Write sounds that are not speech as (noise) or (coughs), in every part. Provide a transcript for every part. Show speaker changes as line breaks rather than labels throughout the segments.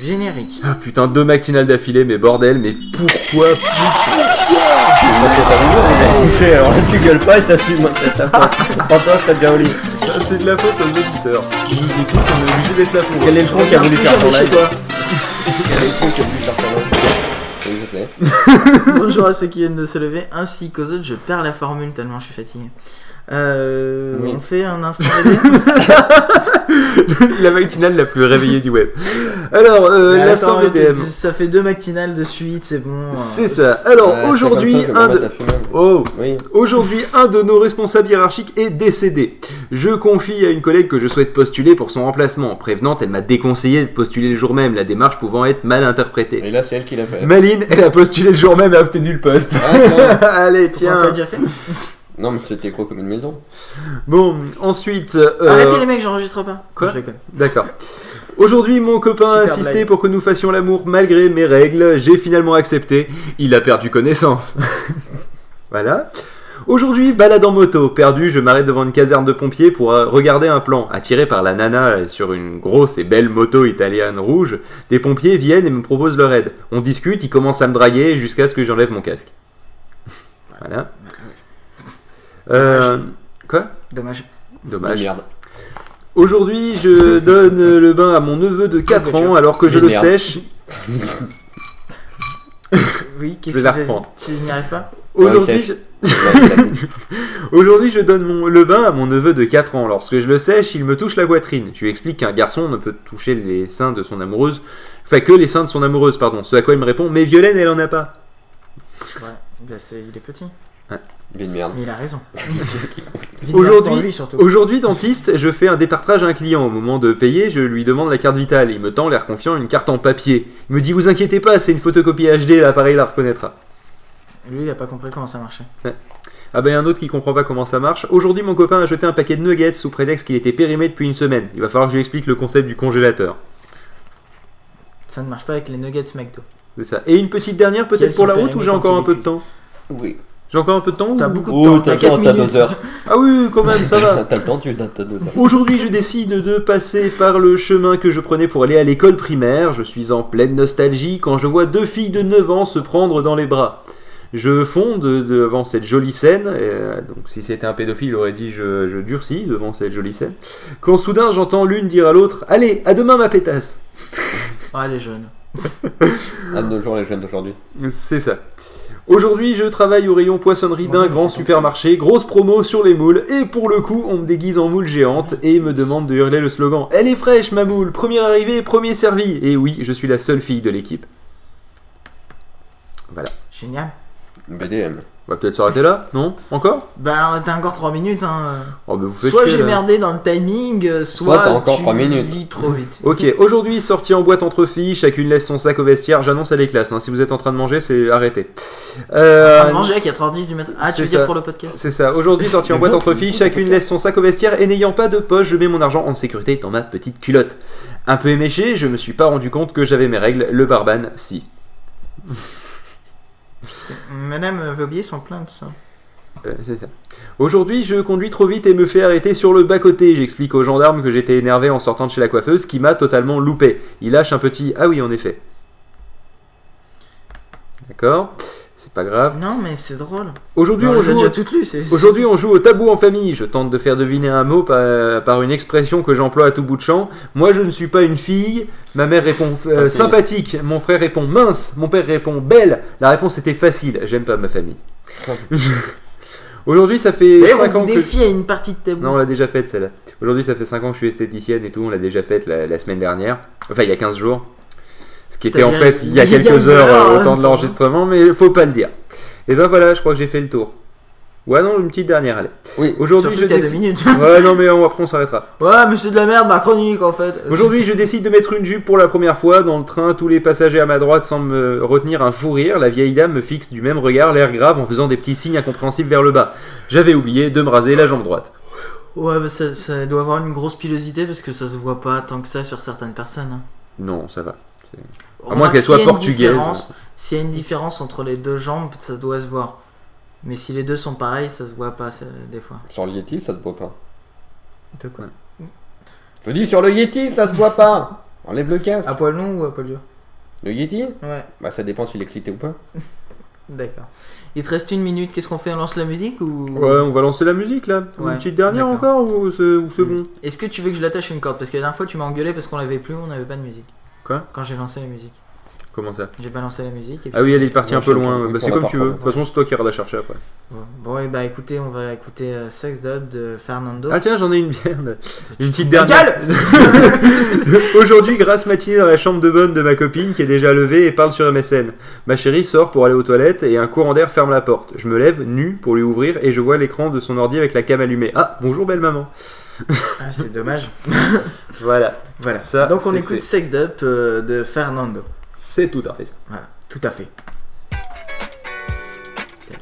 Générique.
Ah putain, deux matinales d'affilée, mais bordel, mais pourquoi
On va se coucher, alors là tu gueules pas et t'assumes. (laughs) T'as pas- Sans toi, je serais déjà au lit.
putain, C'est de la faute aux auditeurs. Ils nous écoutent, on est obligé d'être là pour.
Quel est le con qui a voulu faire son
Jamais chez
live
toi.
Quel est le con qui a voulu faire son live Oui, je sais.
(laughs) Bonjour à ceux qui viennent de se lever ainsi qu'aux autres. Je perds la formule tellement je suis fatigué. Euh,
Oui.
On fait un instant. BD
la matinale la plus réveillée du web. Alors, euh,
Mais
(laughs) l'instant
attends,
BDM.
t'es- Ça fait deux matinales de suite, c'est bon. euh.
C'est ça. Alors,
Ouais, Euh, c'est
aujourd'hui,
comme ça que
un
Bamba
de.
t'a fumé.
Oh
Oui.
Aujourd'hui, un de nos responsables hiérarchiques est décédé. Je confie à une collègue que je souhaite postuler pour son remplacement. Prévenante, elle m'a déconseillé de postuler le jour même, la démarche pouvant être mal interprétée.
Et là, c'est elle qui l'a fait.
Maline, elle a postulé le jour même et a obtenu le poste. (laughs)
(laughs) Attends.
Allez,
Tiens, t'as
tiens.
déjà
Euh,
fait
Non, mais c'était gros comme une maison.
Bon, ensuite. euh,
Arrêtez les mecs, j'enregistre pas.
quoi
Je déconne.
D'accord. Aujourd'hui, mon copain a
Super
insisté
blague.
pour que nous fassions l'amour malgré mes règles. J'ai finalement accepté. Il a perdu connaissance. (laughs) voilà. Aujourd'hui, balade en moto. Perdu, je m'arrête devant une caserne de pompiers pour euh, regarder un plan. Attiré par la nana euh, sur une grosse et belle moto italienne rouge, des pompiers viennent et me proposent leur aide. On discute, ils commencent à me draguer jusqu'à ce que j'enlève mon casque. (laughs) voilà. Euh, quoi (coughs)
Dommage.
Dommage.
Mais (laughs) merde.
Aujourd'hui, je donne euh, le bain à mon neveu de 4 ans alors que je
Mais
le
merde.
sèche.
Oui,
vais
qu'est-ce
la
que
reprendre.
tu Tu n'y arrives pas
Ouais,
Aujourd'hui,
il
je...
sèche. Ouais,
Aujourd'hui, je donne mon- le bain à mon neveu de 4 ans. Lorsque je le sèche, il me touche la poitrine. Je lui explique qu'un garçon ne peut toucher les seins de son amoureuse, enfin que les seins de son amoureuse, pardon. Ce à quoi il me répond Mais Violaine, elle en a pas.
Ouais, bah c'est, il est petit.
Une merde.
Mais il a
(laughs)
raison.
Aujourd'hui-
Pour lui surtout.
Aujourd'hui, dentiste, je fais un détartrage à un client. Au moment de payer, je lui demande la carte vitale. Il me tend, l'air confiant, une carte en papier. Il me dit Vous inquiétez pas, c'est une photocopie HD, l'appareil la reconnaîtra.
Lui, il a pas compris comment ça marchait.
Ah ben un autre qui comprend pas comment ça marche. Aujourd'hui mon copain a jeté un paquet de nuggets sous prétexte qu'il était périmé depuis une semaine. Il va falloir que je lui explique le concept du congélateur.
Ça ne marche pas avec les nuggets McDo.
C'est ça. Et une petite dernière
Quels
peut-être
sont
pour la route
périmés
ou j'ai
quand
encore
il
un
est
peu de
cuit
temps
Oui.
J'ai encore un peu de temps ou-
T'as beaucoup de
Oh,
temps. T'as
t'as le
4
temps, t'as
minutes.
deux heures.
Ah oui quand
(laughs)
même ça va.
T'as le temps, tu t'as t'as deux heures.
Aujourd'hui, je décide de passer par le chemin que je prenais pour aller à l'école primaire. Je suis en pleine nostalgie quand je vois deux filles de 9 ans se prendre dans les bras. Je fonde devant cette jolie scène. euh, donc, si c'était un pédophile, il aurait dit je, je durcis devant cette jolie scène. Quand soudain, j'entends l'une dire à l'autre Allez, à demain, ma pétasse
Ah, les jeunes.
À de nos jours, les jeunes d'aujourd'hui.
C'est ça. Aujourd'hui, je travaille au rayon poissonnerie d'un
Ouais,
grand
c'est
supermarché, grosse promo sur les moules, et pour le coup, on me déguise en moule géante et me demande de hurler le slogan Elle est fraîche, ma moule, première arrivée, premier servi Et oui, je suis la seule fille de l'équipe.
Génial.
BDM.
On va peut-être s'arrêter là, non Encore
Bah, t'as encore 3 minutes. Hein.
Oh, bah, vous faites
Soit
chier,
j'ai
là.
merdé dans le timing, euh, soit,
Soit t'as encore
tu
trois minutes.
lis trop vite.
Ok, aujourd'hui, sortie en boîte entre filles, chacune laisse son sac au vestiaire, j'annonce à les classes. hein, Si vous êtes en train de manger, c'est arrêté.
On
Euh,
va manger à 4h10 du matin. Ah, tu
c'est
veux dire
ça.
pour le podcast
C'est ça, aujourd'hui sorti en boîte entre filles, chacune laisse son sac au vestiaire et n'ayant pas de poche, je mets mon argent en sécurité dans ma petite culotte. Un peu éméché, je me suis pas rendu compte que j'avais mes règles, le barban, si.
Madame Vaubier s'en plaint de ça.
Euh, c'est ça. Aujourd'hui, je conduis trop vite et me fais arrêter sur le bas-côté. J'explique aux gendarmes que j'étais énervé en sortant de chez la coiffeuse qui m'a totalement loupé. Il lâche un petit Ah oui, en effet. D'accord, c'est pas grave.
Non, mais c'est drôle.
Aujourd'hui,
Non,
on
on les a
joue
déjà
au-
toutes lues. c'est-
Aujourd'hui, on joue au tabou en famille. Je tente de faire deviner un mot par, par une expression que j'emploie à tout bout de champ. Moi, je ne suis pas une fille. Ma mère répond euh,
Facile.
sympathique. Mon frère répond mince. Mon père répond belle. La réponse était facile. J'aime pas ma famille. Aujourd'hui, ça fait
D'ailleurs, on
5
vous
ans que.
défie à une partie de tabou.
Non, on l'a déjà faite celle-là. Aujourd'hui, ça fait 5 ans que je suis esthéticienne et tout. On l'a déjà faite la, la semaine dernière. Enfin, il y a 15 jours. Ce qui était en
C'est-à-dire,
fait il y a
il y a
quelques
une
heures
heure
euh,
en même
au temps de
temps.
l'enregistrement, mais faut pas le dire. Et ben voilà, je crois que j'ai fait le tour. Ouais, non, une petite dernière, allez.
Oui.
Aujourd'hui,
Surtout
je
que t'as deux
décide.
minutes.
Ouais, non, mais on- après on s'arrêtera.
Ouais, mais c'est de la merde ma chronique en fait.
Aujourd'hui, je décide de mettre une jupe pour la première fois. Dans le train, tous les passagers à ma droite semblent me retenir un fou rire. La vieille dame me fixe du même regard, l'air grave, en faisant des petits signes incompréhensibles vers le bas. J'avais oublié de me raser la jambe droite.
Ouais, mais ça, ça doit avoir une grosse pilosité parce que ça se voit pas tant que ça sur certaines personnes. hein.
Non, ça va.
Remarque,
moins qu'elle
s'il
soit
y a une
portugaise.
différence- S'il y a une différence entre les deux jambes, ça doit se voir. Mais si les deux sont pareils, ça se voit pas ça, des fois.
Sur le Yeti, ça se boit pas.
De quoi
Je dis sur le Yeti, ça se boit pas. Enlève le casque.
À poil long ou à poil dur
Le Yeti
Ouais,
Bah ça dépend s'il est excité ou pas.
d'accord. Il te reste une minute, qu'est-ce qu'on fait On lance la musique ou.
Ouais, on va lancer la musique là.
Ouais,
Une petite dernière
d'accord. Mm.
encore ou c'est ou c'est bon
Est-ce que tu veux que je l'attache à une corde Parce que la dernière fois, tu m'as engueulé parce qu'on l'avait plus, on n'avait pas de musique.
Quoi
Quand j'ai lancé la musique.
Comment ça
J'ai pas lancé la musique. et
Ah oui, elle est partie
Ouais,
un peu
je sais pas,
loin.
oui,
Bah, c'est
pour la
comme tu
part,
veux. De toute façon, c'est toi qui iras la chercher après.
Bon, Bon, et bah écoutez, on va écouter euh, Sex Dub de Fernando.
Ah tiens, j'en ai une bière.
(laughs)
là. Une petite
Ma
dernière.
gueule
(laughs) Aujourd'hui, grâce matinée dans la chambre de bonne de ma copine qui est déjà levée et parle sur MSN. Ma chérie sort pour aller aux toilettes et un courant d'air ferme la porte. Je me lève nu pour lui ouvrir et je vois l'écran de son ordi avec la cam allumée. Ah, bonjour belle maman.
Ah, c'est dommage.
Voilà,
Voilà.
Ça,
Donc on
c'est
écoute
fait.
Sex Dub euh, de Fernando.
c'est tout à fait ça.
Voilà, tout à fait.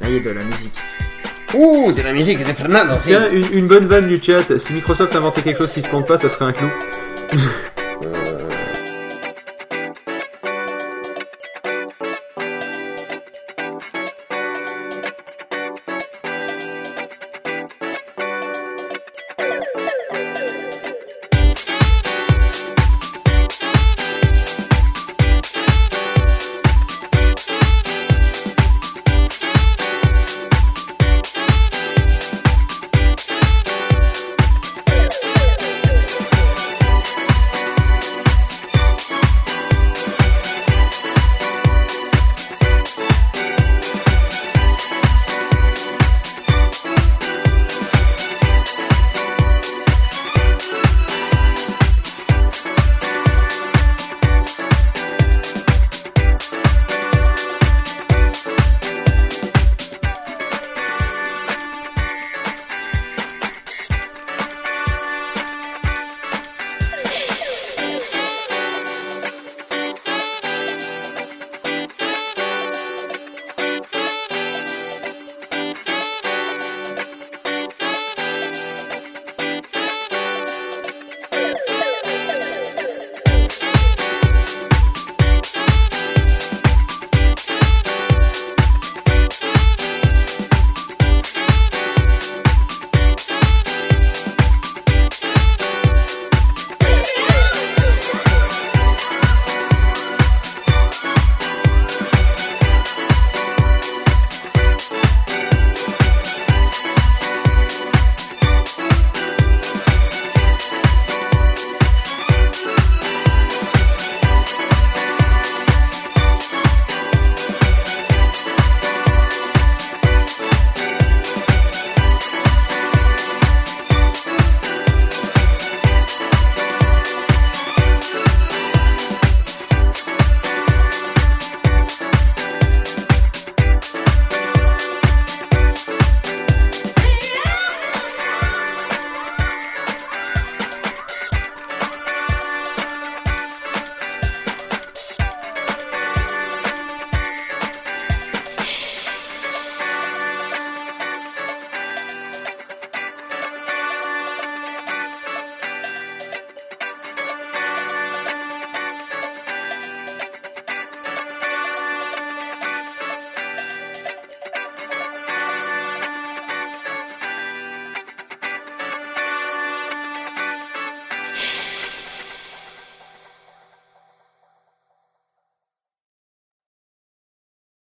Là, il y a de la musique.
Ouh, de la musique de Fernando,
Tiens, une, une bonne vanne du chat. Si Microsoft inventait quelque chose qui se plante pas, ça serait un clou.